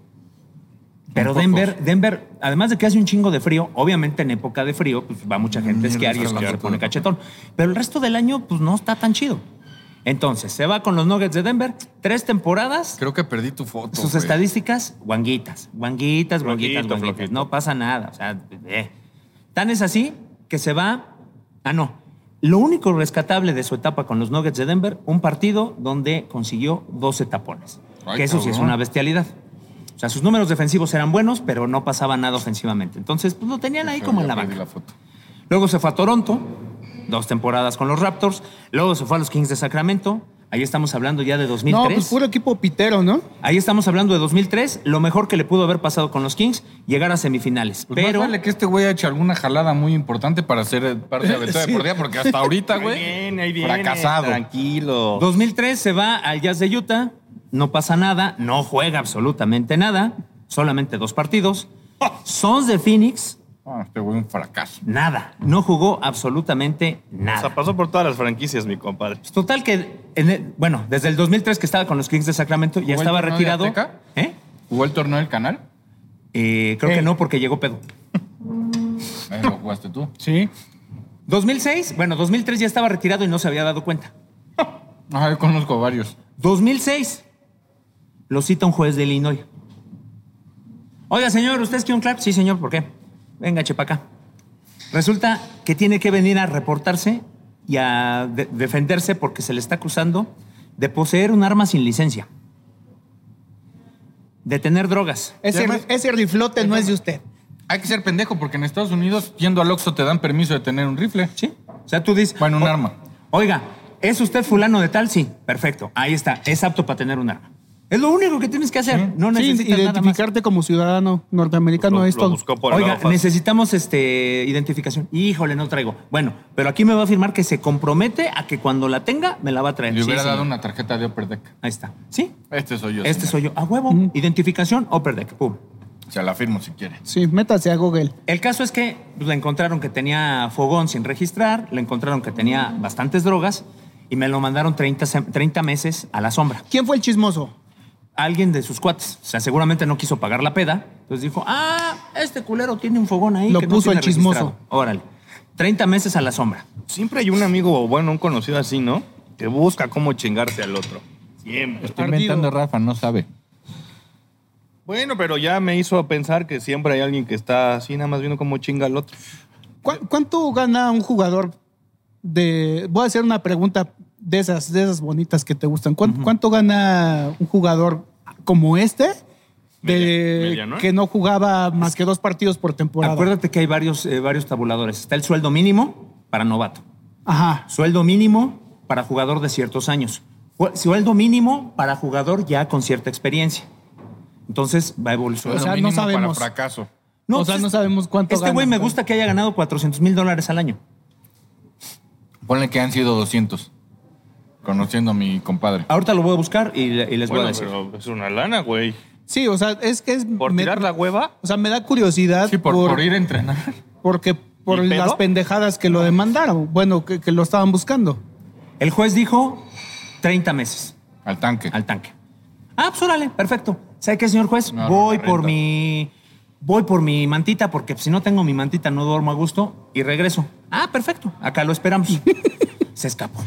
S5: Pero
S4: pocos.
S5: Denver, Denver, además de que hace un chingo de frío, obviamente en época de frío, pues va mucha gente a esquiar y es
S4: está
S5: cuando se
S4: Mm, cierto.
S5: pone cachetón. Pero el resto del año, pues no está tan chido. Entonces, se va con los Nuggets de Denver, tres temporadas,
S4: Creo que perdí tu foto.
S5: sus
S4: güey.
S5: estadísticas, guanguitas, guanguitas, guanguitas,
S6: Flojito,
S5: guanguitas.
S6: flojito.
S5: No pasa nada. O sea, eh. Tan es así que se va. Ah, no. Lo único rescatable de su etapa con los Nuggets de Denver, un partido donde consiguió 12 tapones.
S4: Ay,
S5: que eso sí es
S4: cabrón.
S5: una bestialidad. O sea, sus números defensivos eran buenos, pero no pasaba nada ofensivamente. Entonces, pues lo tenían ahí
S4: Pero
S5: como
S4: ya
S5: en la
S4: perdí
S5: banca.
S4: la foto.
S5: Luego se fue a Toronto, dos temporadas con los Raptors. Luego se fue a los Kings de Sacramento. Ahí estamos hablando ya de 2003.
S3: No, pues puro equipo pitero, ¿no?
S5: Ahí estamos hablando de 2003, lo mejor que le pudo haber pasado con los Kings, llegar a semifinales.
S4: Pues
S5: pero
S4: más vale que este güey ha hecho alguna jalada muy importante para ser eh, parte de aventura deportiva, porque hasta ahorita,
S6: Ahí
S4: güey,
S6: viene, ahí viene.
S4: fracasado.
S6: Tranquilo.
S5: 2003 se va al Jazz de Utah, no pasa nada, no juega absolutamente nada, solamente dos partidos. Sons de Phoenix,
S4: Ah, este güey un fracaso.
S5: nada, no jugó absolutamente
S6: O sea,
S5: nada.
S6: pasó por todas las franquicias, mi compadre.
S5: Pues total que, en el- bueno, desde el 2003 que estaba con los Kings de Sacramento,
S4: ¿Jugó
S5: ya
S4: el
S5: estaba
S4: torneo de
S5: retirado.
S4: Azteca?
S5: ¿Eh?
S4: ¿Jugó el torneo del canal?
S5: Eh, creo que no, porque llegó pedo.
S4: Eh, lo jugaste tú.
S3: Sí.
S5: 2006, bueno, 2003 ya estaba retirado y no se había dado cuenta.
S4: Ajá, Ah, yo conozco varios.
S5: 2006, lo cita un juez de Illinois. Oiga, señor, ¿usted es que un clap? Sí, señor, ¿por qué? Venga, chepa acá. Resulta que tiene que venir a reportarse y a de- defenderse porque se le está acusando de poseer un arma sin licencia, de tener drogas.
S3: Ese,
S4: además-
S3: ese riflote no es de usted.
S4: Hay que ser pendejo, porque en Estados Unidos, yendo al Oxxo, te dan permiso de tener un rifle.
S5: ¿Sí? O sea, tú dices.
S4: Bueno, un
S5: "O-
S4: arma.
S5: Oiga, ¿es usted fulano de tal? Sí, perfecto. Ahí está. Es apto para tener un arma. Es lo único que tienes que hacer. No
S3: Sí,
S5: necesitas nada más.
S3: identificarte como ciudadano norteamericano
S6: Lo,
S3: es
S6: lo
S3: todo.
S6: buscó por el
S5: Oiga,
S6: lado fácil.
S5: necesitamos este, identificación. Híjole, no traigo. Bueno, pero aquí me va a firmar que se compromete a que cuando la tenga me la va a traer.
S4: Le
S5: Sí,
S4: hubiera
S5: señor.
S4: dado una tarjeta de Upper Deck.
S5: Ahí está. ¿Sí?
S4: Este soy yo.
S5: este soy yo. A huevo. Identificación, upper deck. Pum.
S4: yo. Se la firmo si quiere.
S3: Sí, métase a Google.
S5: El caso es que pues, le encontraron que tenía fogón sin registrar, le encontraron que tenía bastantes drogas y me lo mandaron 30, sem- 30 meses a la sombra.
S3: ¿Quién fue el chismoso?
S5: Alguien de sus cuates, o sea, seguramente no quiso pagar la peda, entonces dijo, ah, este culero tiene un fogón ahí.
S3: Lo
S5: que no
S3: puso
S5: tiene
S3: el chismoso.
S5: registrado". Órale. 30 meses a la sombra.
S6: Siempre hay un amigo o bueno, un conocido así, ¿no? Que busca cómo chingarse al otro. Siempre.
S4: Estoy
S3: Ardido.
S4: inventando Rafa, no sabe.
S6: Bueno, pero ya me hizo pensar que siempre hay alguien que está así, nada más viendo cómo chinga al otro.
S3: ¿Cu- ¿Cuánto gana un jugador de... Voy a hacer una pregunta de esas, de esas bonitas que te gustan. ¿Cuán- ¿Cuánto gana un jugador como este de,
S6: Media- mediano, ¿eh?
S3: que no jugaba más que dos partidos por temporada?
S5: Acuérdate que hay varios, eh, varios tabuladores. Está el sueldo mínimo para novato,
S3: Ajá.
S5: sueldo mínimo para jugador de ciertos años, ju- sueldo mínimo para jugador ya con cierta experiencia. Entonces va
S3: O
S5: evolucionando.
S3: sea, no
S4: Mínimo
S3: sabemos.
S4: Para fracaso.
S3: o sea, no sabemos cuánto
S5: Este güey
S3: gana,
S5: me
S3: pero-
S5: gusta que haya ganado 400 mil dólares al año.
S4: Ponle que han sido 200. Conociendo a mi compadre.
S5: Ahorita lo voy a buscar y, le- y les voy a
S6: Bueno,
S5: decir.
S6: pero es una lana, güey.
S3: Sí, o sea, es que es...
S6: Por
S3: me-
S6: tirar la hueva.
S3: O sea, me da curiosidad
S4: Sí, por,
S3: Ah, por-
S4: por ir a entrenar.
S3: porque por
S6: ¿Y pedo?
S3: las pendejadas que lo demandaron. Bueno, que, que lo estaban buscando.
S5: El juez dijo 30 meses
S4: Al tanque.
S5: al tanque. Ah, pues órale, perfecto. ¿Sabe qué, señor juez?
S4: No,
S5: voy
S4: la
S5: por
S4: renta.
S5: mi. Voy por mi mantita, porque si no tengo mi mantita, no duermo a gusto y regreso. Ah, perfecto. Acá lo esperamos. se escapó.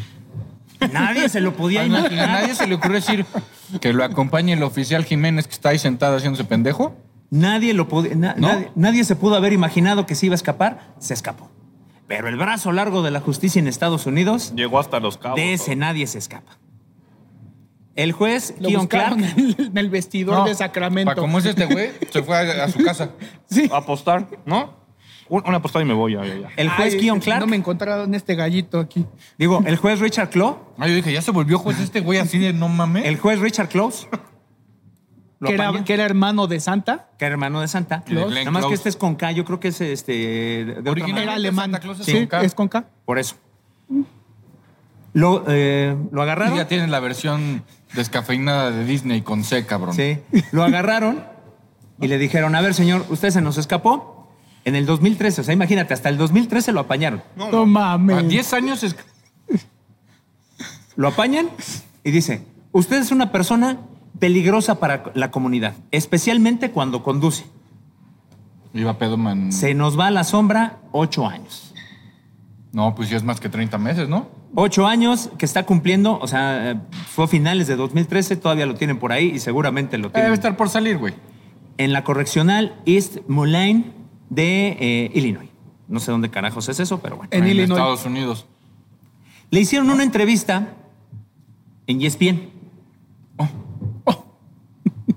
S5: Nadie se lo podía
S4: Ay, no, A
S5: imaginar.
S4: nadie se le ocurrió decir que lo acompañe el oficial Jiménez que está ahí sentado haciéndose pendejo.
S5: Nadie lo podía. na-
S4: ¿No?
S5: nadie, nadie se pudo haber imaginado que se iba a escapar. Se escapó. Pero el brazo largo de la justicia en Estados Unidos,
S6: Llegó hasta los cabos.
S5: de ese nadie se escapa. El juez
S3: Lo
S5: Keon
S3: buscaron
S5: Clark.
S3: en el, en el vestidor
S4: No,
S3: de
S4: Pa'
S3: Sacramento.
S4: como es este güey, se fue a, a su casa.
S3: Sí.
S6: A apostar, ¿no? Un- Una apostada y me voy. Ya, ya, ya.
S5: El juez
S3: Ay,
S5: Keon Clark.
S3: No me encontraron este gallito aquí.
S5: Digo, el juez Richard Claw.
S4: Ah, yo dije, ya se volvió juez este güey así de no mames.
S5: El juez Richard Close. Lo
S3: Que era,
S5: apaña,
S3: que era hermano de Santa.
S5: que era hermano de Santa.
S4: Y de Glenn
S5: Nada más
S4: Close.
S5: que este es con K, yo creo que es este. de- De otra
S4: Original.
S5: manera.
S3: Era
S4: Santa
S3: alemán.
S4: Claus es
S3: sí,
S4: con K.
S3: es con K.
S5: Por eso. Lo, eh, lo
S4: Y
S5: agarraron.
S4: ya tienen la versión descafeinada de Disney con C, cabrón.
S5: Sí. Lo agarraron y le dijeron: A ver, señor, usted se nos escapó en el 2013. O sea, imagínate, hasta el 2013 lo apañaron.
S3: No,
S4: A
S3: mames.
S4: 10 años es...
S5: Lo apañan y dice: Usted es una persona peligrosa para la comunidad, especialmente cuando conduce.
S4: Iba Pedoman.
S5: Se nos va a la sombra ocho años.
S4: No, pues ya es más que 30 meses, ¿no?
S5: Ocho años que está cumpliendo, o sea, eh, fue a finales de 2013, todavía lo tienen por ahí y seguramente lo
S4: Eh, Debe
S5: tienen.
S4: estar por salir, güey.
S5: En la correccional East Moline de eh, Illinois. No sé dónde carajos es eso, pero bueno.
S3: En Illinois.
S4: Estados Unidos.
S5: Le hicieron una entrevista en E ESPN.
S4: Oh.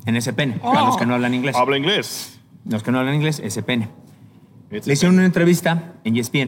S5: En E SPN, para los que no hablan inglés.
S4: Oh.
S6: Habla inglés.
S5: Los que no hablan inglés, E
S4: E
S5: SPN. Le hicieron una entrevista en E ESPN.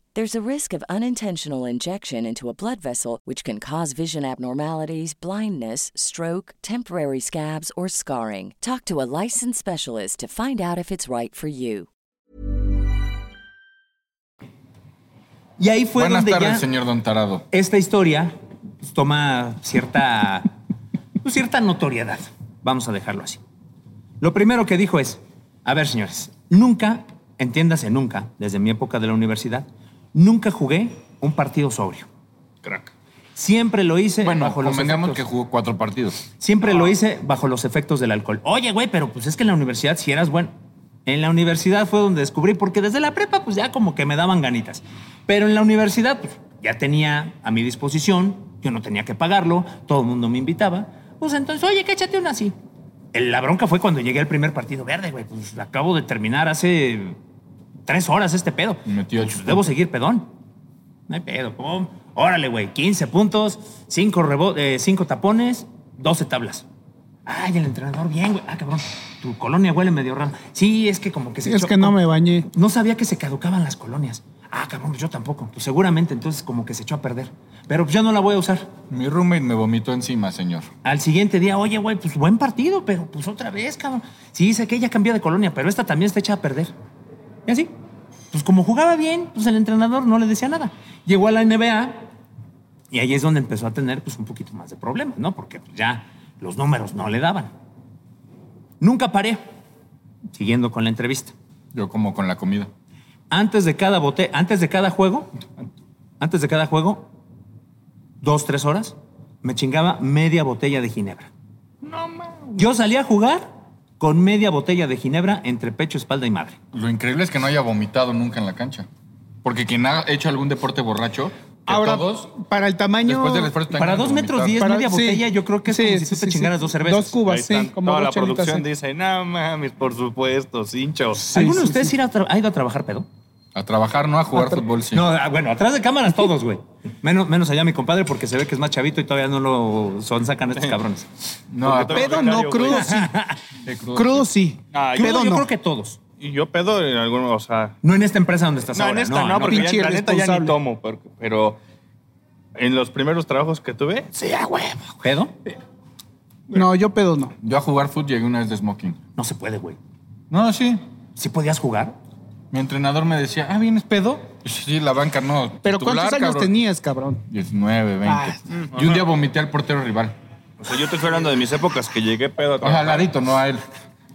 S2: There's a risk of unintentional injection into a blood vessel, which can cause vision abnormalities, blindness, stroke, temporary scabs, or scarring. Talk to a licensed specialist to find out if it's right for you.
S5: Y ahí fue
S4: Buenas
S5: donde
S4: tardes,
S5: ya
S4: señor Don Tarado.
S5: esta historia pues, toma cierta, pues, cierta notoriedad. Vamos a dejarlo así. Lo primero que dijo es, a ver señores, nunca, entiéndase nunca, desde mi época de la universidad, nunca jugué un partido sobrio.
S6: Crack.
S5: Siempre lo hice
S4: Bueno,
S5: bajo los
S4: convengamos que
S5: efectos-
S4: jugó cuatro partidos.
S5: Siempre lo hice bajo los efectos del alcohol. Oye, güey, pero pues es que en la universidad si eras bueno. En la universidad fue donde descubrí, porque desde la prepa pues ya como que me daban ganitas. Pero en la universidad pues ya tenía a mi disposición, yo no tenía que pagarlo, todo el mundo me invitaba. Pues entonces, oye, que échate una así. El- La bronca fue cuando llegué al primer partido verde, güey. Pues acabo de terminar hace tres horas este pedo.
S4: Y metió
S5: Pues,
S4: ocho.
S5: debo seguir pedón. No hay pedo, pum. Órale, güey, 15 puntos, 5 tapones, 12 tablas. Ay, el entrenador, bien, güey. Ah, cabrón, tu colonia huele medio raro. Sí, es que como que se
S3: Sí, es
S5: echó-
S3: que no me bañé.
S5: No sabía que se caducaban las colonias. Ah, cabrón, yo tampoco. Pues seguramente entonces como que se echó a perder. Pero pues yo no la voy a usar.
S4: Mi roommate me vomitó encima, señor.
S5: Al siguiente día, oye, güey, pues buen partido, pero pues otra vez, cabrón. Sí, sé que ella cambió de colonia, pero esta también está hecha a perder. Y así, pues como jugaba bien, pues el entrenador no le decía nada. Llegó a la NBA y ahí es donde empezó a tener pues un poquito más de problemas, ¿no? Porque pues, ya los números no le daban. Nunca paré, siguiendo con la entrevista.
S4: Yo como con la comida.
S5: Antes de cada bote, antes de cada juego, antes de cada juego, dos, tres horas, me chingaba media botella de ginebra. Yo salí a jugar con media botella de ginebra entre pecho, espalda y madre.
S4: Lo increíble es que no haya vomitado nunca en la cancha. Porque quien ha hecho algún deporte borracho, que
S3: Ahora,
S4: todos,
S3: para el tamaño.
S4: después del esfuerzo... tengan
S5: Para
S4: que
S5: dos metros
S4: vomitar.
S5: diez. es
S3: para-
S5: media botella, yo creo que es como si tú te chingaras dos cervezas.
S3: Dos
S6: Ahí
S3: cubas,
S6: están.
S3: sí. Como
S6: Toda
S3: dos
S6: la
S3: chelitas,
S6: producción
S3: sí.
S6: dice, no mames, por supuesto, cincho.
S3: Sí,
S5: ¿Alguno de
S3: sí,
S5: ustedes
S3: sí.
S5: irá a tra- ha ido a trabajar pedo?
S4: A trabajar, no a jugar fútbol, sí.
S5: No, ah, bueno, atrás de cámaras todos, güey. Menos, menos allá mi compadre porque se ve que es más chavito y todavía no lo son sacan estos cabrones.
S4: No, a-
S6: Porque
S3: Pedo
S6: todo
S3: no,
S6: becario,
S3: crudo
S6: güey.
S3: sí.
S4: de crudo.
S3: Crudo sí.
S6: Ah,
S5: Yo,
S6: yo-
S3: Pedo
S5: yo
S3: no.
S5: creo que todos.
S6: Y yo pedo en algún, o sea,
S5: No en esta empresa donde estás
S6: No,
S5: ahora.
S6: en esta no, porque
S3: pinche
S6: ya, la neta ya
S3: irresponsable.
S6: ni tomo, pero, pero en los primeros trabajos que tuve, sí, a huevo.
S5: ¿Pedo?
S3: No, yo pedo no.
S4: Yo a jugar fútbol llegué una vez de smoking.
S5: No se puede, güey.
S4: No, sí.
S5: ¿Sí podías jugar?
S4: Mi entrenador me decía, ah, ¿vienes pedo? Y yo, Sí, la banca no.
S3: Pero
S4: titular,
S3: ¿cuántos años
S4: cabrón".
S3: tenías, cabrón?
S4: 19, 20.
S3: Ah,
S4: y un día vomité al portero rival.
S6: O sea, yo te estoy hablando de mis épocas que llegué pedo a
S4: O sea,
S6: trabajar
S4: al Larito, no a él.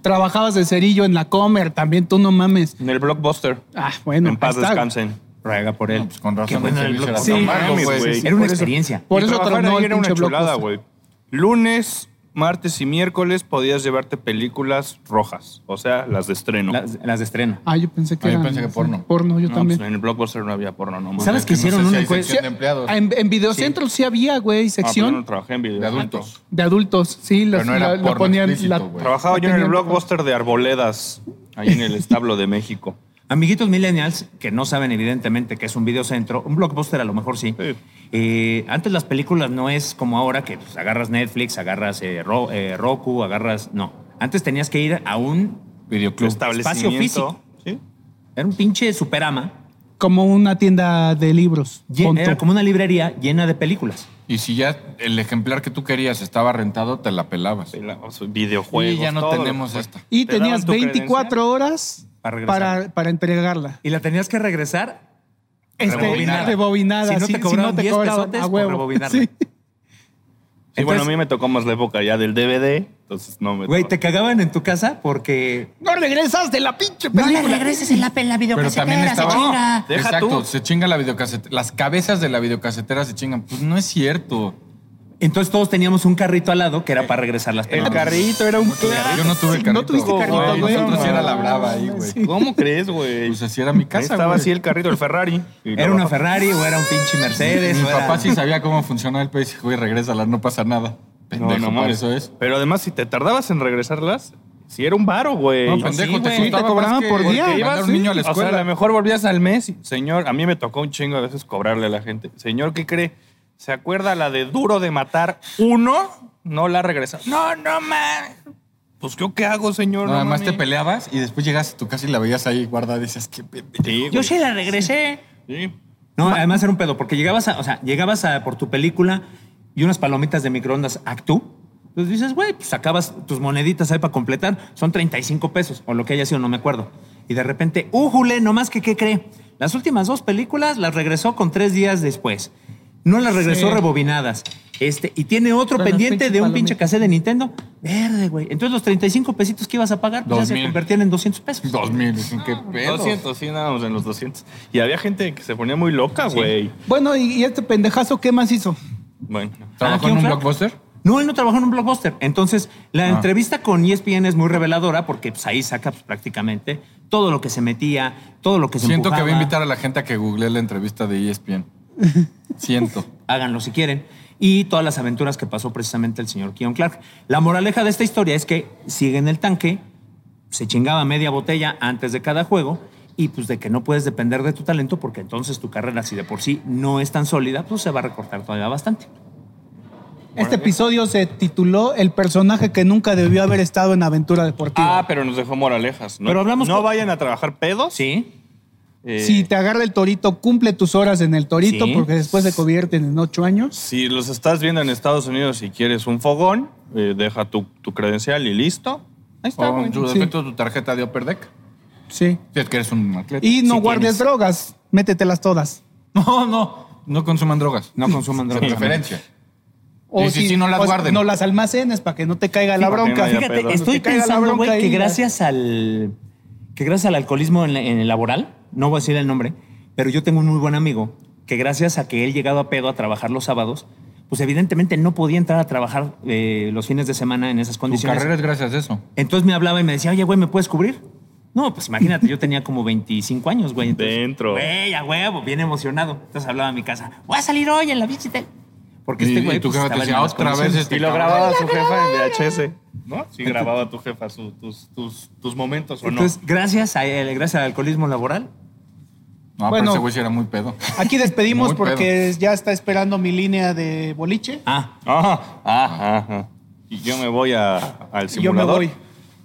S3: Trabajabas de cerillo en la Comer, también tú no mames.
S6: en el blockbuster.
S3: Ah, bueno.
S6: en paz
S3: ahí está.
S6: descansen.
S5: Ruega por él.
S4: No, pues, con
S5: Qué
S4: razón
S5: bueno
S4: el
S5: era el
S4: servicio era
S5: bloque.
S4: tan
S5: Sí,
S4: malo, pues,
S5: mames,
S4: güey.
S5: güey.
S4: Sí,
S5: Era una
S3: por eso.
S5: experiencia.
S3: Por
S6: Y
S3: eso
S6: trabajar
S3: tronó el
S6: ahí era una
S3: pinche
S6: chulada,
S3: Blockbuster.
S6: güey. Lunes, martes y miércoles podías llevarte películas rojas, o sea, las de estreno.
S5: Las, las de estreno.
S3: Ah, yo pensé que
S4: Ah, yo
S3: era.
S4: pensé que porno.
S3: Porno, yo
S6: No,
S3: también.
S6: pues, en el blockbuster no había porno, no mames. Ah,
S5: ¿Sabes
S4: es
S5: que hicieron
S4: no sé si
S5: una
S4: hay
S5: encuesta?
S4: sección de empleados,
S3: Ah, En, en videocentros sí había, güey,
S6: Ah, pero yo no
S3: sección
S6: trabajé en video.
S4: de adultos.
S3: de adultos. Sí, las,
S4: no era
S3: la, la
S4: porno
S3: ponían.
S4: explícito,
S3: la-
S4: güey.
S6: Trabajaba
S3: la
S6: yo en el
S3: tenían-
S6: blockbuster de Arboledas, ahí en el establo de México.
S5: Amiguitos millennials que no saben evidentemente que es un videocentro, un blockbuster a lo mejor sí.
S6: Sí.
S5: Eh, antes las películas no es como ahora que pues, agarras Netflix, agarras eh, Ro- eh, Roku, agarras... No, antes tenías que ir a un...
S4: Videoclub.
S5: Espacio físico.
S6: Sí.
S5: Era un pinche superama.
S3: Como una tienda de libros.
S5: llen-
S3: Ponto.
S5: Era como una librería llena de películas.
S4: Y si ya el ejemplar que tú querías estaba rentado, te la pelabas.
S6: Sí, la- o sea, videojuegos.
S4: Y ya no
S6: todo lo
S4: tenemos
S6: que-
S4: esta.
S3: Y
S6: Te
S3: tenías
S6: daban tu
S3: 24 horas
S5: Para regresar.
S3: para, para entregarla.
S5: Y la tenías que regresar
S3: Este,
S5: Rebobinada.
S3: rebobinada,
S5: Si no
S3: sí,
S5: te cobraban 10
S3: cobraban,
S5: pesotes
S3: a
S5: por
S3: huevo.
S5: rebobinarla.
S3: Sí.
S6: Sí, bueno, a
S5: Entonces-
S6: mí me tocó más la época ya del DVD, entonces no me.
S5: Güey, te
S6: tocó.
S5: cagaban en tu casa porque.
S3: No regresas de la pinche
S8: No le
S3: película.
S8: regreses en la, en la
S4: Pero también
S8: videocasetera, se
S4: estaba.
S8: chinga.
S6: deja
S4: Exacto,
S6: tú.
S4: se chinga la videocasetera. Las cabezas de la videocasetera se chingan. Pues no es cierto.
S5: Entonces todos teníamos un carrito al lado que
S4: Eh,
S5: era para regresar las
S6: El
S5: películas.
S6: carrito era un
S4: Yo no tuve
S3: Sí,
S4: carrito.
S3: no tuviste carrito,
S4: Güey,
S3: güey.
S4: Nosotros sí era la
S3: No,
S4: brava ahí,
S3: mames,
S4: güey.
S3: sí.
S6: ¿Cómo crees, güey?
S4: Pues así era mi casa,
S6: Ahí Estaba
S4: güey.
S6: así el carrito, el Ferrari. Y
S5: Era
S6: lo
S5: una
S6: bajaba.
S5: Ferrari o era un pinche Mercedes.
S4: Mi
S5: o era-
S4: papá sí sabía cómo funcionaba el país y dijo, güey, regrésala, no pasa nada. Pendejo,
S6: no, no,
S4: por
S6: mames.
S4: eso es.
S6: Pero además, si te tardabas en regresarlas, si era un varo, güey.
S4: No,
S6: O sea,
S4: pendejo,
S5: sí,
S4: te,
S5: güey. Sí, te
S4: costaba más
S3: cobraban
S4: que-
S3: por
S4: porque
S3: día.
S4: ibas
S6: ibas
S4: mandar un niño a la escuela.
S6: O sea, a lo mejor volvías al mes. y, Señor, a mí me tocó un chingo de veces cobrarle a la gente. Señor, ¿qué cree? ¿Se acuerda la de Duro de Matar uno? No la regresa. No, no, man. Pues yo qué hago, señor.
S4: No,
S6: No,
S4: además te
S6: mami.
S4: peleabas y después llegas a tu casa y la veías ahí guardada y decías, qué pendejo.
S6: Sí, güey.
S8: Yo se la regresé.
S6: Sí.
S5: No, además era un pedo, porque llegabas a, o sea, llegabas a por tu película y unas palomitas de microondas Actú. Entonces dices, güey, pues sacabas tus moneditas ahí para completar, son 35 pesos, o lo que haya sido, no me acuerdo. Y de repente, ¡újule! No más que, ¿qué cree? Las últimas dos películas las regresó con tres días después. No las regresó
S3: Sí.
S5: rebobinadas. Este, y tiene otro
S3: Con las
S5: pendiente
S3: pinches
S5: de un pinche
S3: palomitas.
S5: cassette de Nintendo. Verde, güey. Entonces los 35 pesitos que ibas a pagar pues, ya
S4: Dos
S5: se
S4: mil.
S5: convertían en 200 pesos.
S4: Dos mil, dicen, qué pedo.
S6: 200, sí, nada, en los 200. Y había gente que se ponía muy loca, güey.
S3: Bueno, y, y este pendejazo, ¿qué más hizo?
S6: Bueno.
S4: ¿Trabajó
S5: Ah,
S4: en un
S5: ¿quién fue?
S4: blockbuster?
S5: No, él no trabajó en un blockbuster. Entonces, la
S4: Ah.
S5: entrevista con E ESPN es muy reveladora porque pues, ahí saca pues, prácticamente todo lo que se metía, todo lo que se
S4: Siento que voy a
S5: Pues empujaba.
S4: invitar a la gente a que googlee la entrevista de E ESPN. Siento.
S5: Háganlo si quieren. Y todas las aventuras que pasó precisamente el señor Keon Clark. La moraleja de esta historia es que sigue en el tanque, se chingaba media botella antes de cada juego y pues de que no puedes depender de tu talento porque entonces tu carrera, si de por sí no es tan sólida, pues se va a recortar todavía bastante.
S3: Este episodio se tituló El personaje que nunca debió haber estado en Aventura Deportiva.
S6: Ah, pero nos dejó moralejas. No,
S5: Pero hablamos
S6: no
S5: con-
S6: vayan a trabajar pedos.
S5: Sí.
S6: Eh,
S3: si te agarra el torito, cumple tus horas en el torito
S5: Sí.
S3: porque después se convierten en ocho años.
S6: Si los estás viendo en Estados Unidos y quieres un fogón, eh, deja tu, tu credencial y listo. Ahí está,
S4: O
S6: güey.
S4: en su
S3: Sí.
S4: defecto tu tarjeta de Operdec.
S3: Sí.
S4: Si es que eres un atleta.
S3: Y no
S5: Si
S3: guardes
S5: tienes.
S3: drogas, métetelas todas.
S4: No, no. No consuman drogas.
S5: No consuman
S4: De
S5: drogas.
S4: preferencia. Y si sí, no las
S3: o
S4: guarden.
S3: No las almacenes para que no te caiga la
S6: Sí, para que no
S3: bronca.
S6: haya
S5: Fíjate,
S6: pedo.
S5: estoy
S3: Que caiga la
S5: pensando,
S3: bronca
S5: güey, que
S3: ahí, ya.
S5: gracias al que gracias al alcoholismo en, la- en el laboral, no voy a decir el nombre, pero yo tengo un muy buen amigo que gracias a que él llegaba a pedo a trabajar los sábados, pues evidentemente no podía entrar a trabajar eh, los fines de semana en esas
S4: Tu
S5: condiciones.
S4: carrera es gracias a eso.
S5: Entonces me hablaba y me decía, oye, güey, ¿me puedes cubrir? No, pues imagínate, yo tenía como 25 años, güey. entonces,
S6: Dentro.
S5: Güey, a huevo, bien emocionado. Entonces hablaba a mi casa, voy a salir hoy en la bici tel-". Porque
S4: Y-
S5: este güey
S4: y tu
S5: pues,
S4: jefa te
S5: estaba en
S4: decía,
S5: malas
S4: otra vez
S5: condiciones.
S4: este
S6: Y lo
S4: cabrón.
S6: grababa tu jefa en VHS, ¿no? Sí, grababa tu jefa su- tus, tus, tus momentos o
S5: Entonces, gracias, a, gracias al alcoholismo laboral,
S4: No,
S3: Bueno.
S4: pero ese güey sí era muy pedo.
S3: Aquí despedimos
S4: Muy
S3: porque ya está esperando mi línea de boliche.
S5: Ah,
S6: Ah, ah, ah. Y yo me voy a, al
S3: y yo me
S6: simulador.
S3: voy.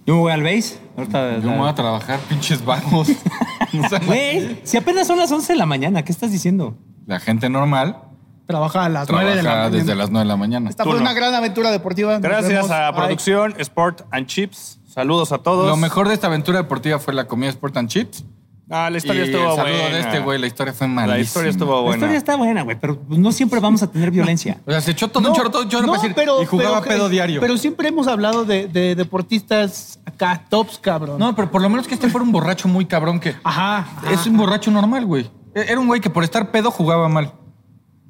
S5: yo me voy al base. Ahorita-
S4: Yo me voy a trabajar, pinches vagos. O sea,
S5: Güey, si apenas son las 11 de la mañana, ¿qué estás diciendo?
S4: la gente normal
S3: Trabaja a las nueve
S4: trabaja
S3: de la mañana.
S4: desde las 9 de la mañana.
S3: Esta fue
S6: Tú no.
S3: una gran aventura deportiva. Nos
S6: Gracias
S3: vemos.
S6: a
S3: Bye.
S6: Producción, Sport and Chips. Saludos a todos.
S4: Lo mejor de esta aventura deportiva fue la comida Sport and Chips.
S6: Ah, la historia
S4: y
S6: estuvo
S4: el saludo
S6: buena.
S4: de este güey, la historia fue malísima.
S6: La historia estuvo
S5: La
S6: buena.
S5: historia está buena, güey, pero pues no siempre vamos a tener violencia.
S4: O sea, se echó todo un chorro, todo un chorro
S3: no,
S4: para decir,
S3: pero-
S4: y jugaba
S3: pero-
S4: pedo diario.
S3: Pero siempre hemos hablado de, de deportistas acá, tops, cabrón.
S4: no, pero por lo menos que este fuera un borracho muy cabrón que...
S3: Ajá, ajá.
S4: Es un borracho normal, güey. E- Era un güey que por estar pedo jugaba mal.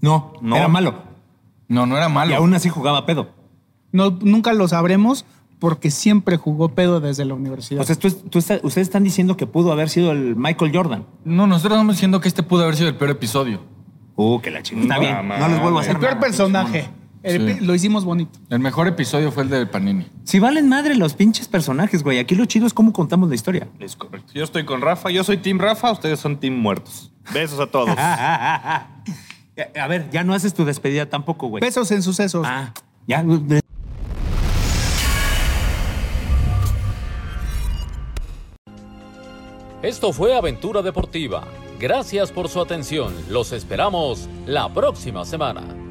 S5: No,
S6: No.
S5: era malo.
S4: No, no era
S5: Y
S4: malo.
S5: aún así jugaba pedo.
S3: No, nunca lo sabremos porque siempre jugó pedo desde la universidad.
S5: O
S4: Pues
S5: sea, tú- tú está- ustedes están diciendo que pudo haber sido el Michael Jordan.
S4: No, nosotros estamos diciendo que este pudo haber sido el peor episodio.
S5: Uh, que la chingada. Está
S6: No,
S5: bien,
S6: mames.
S5: no les vuelvo a hacer
S3: el peor
S5: nada.
S3: personaje. El
S4: Sí.
S3: pi- Lo hicimos bonito.
S4: El mejor episodio fue el de Panini.
S5: Si valen madre los pinches personajes, güey. Aquí lo chido es cómo contamos la historia.
S6: Es correcto. Yo estoy con Rafa. Yo soy Team Rafa. Ustedes son Team Muertos. Besos a todos.
S5: Ah, Eh, A ver, ya no haces tu despedida tampoco,
S4: Pues.
S5: güey.
S3: Besos en sucesos.
S5: Ah, Pues, ya. eh,
S1: Esto fue Aventura Deportiva. Gracias por su atención. Los esperamos la próxima semana.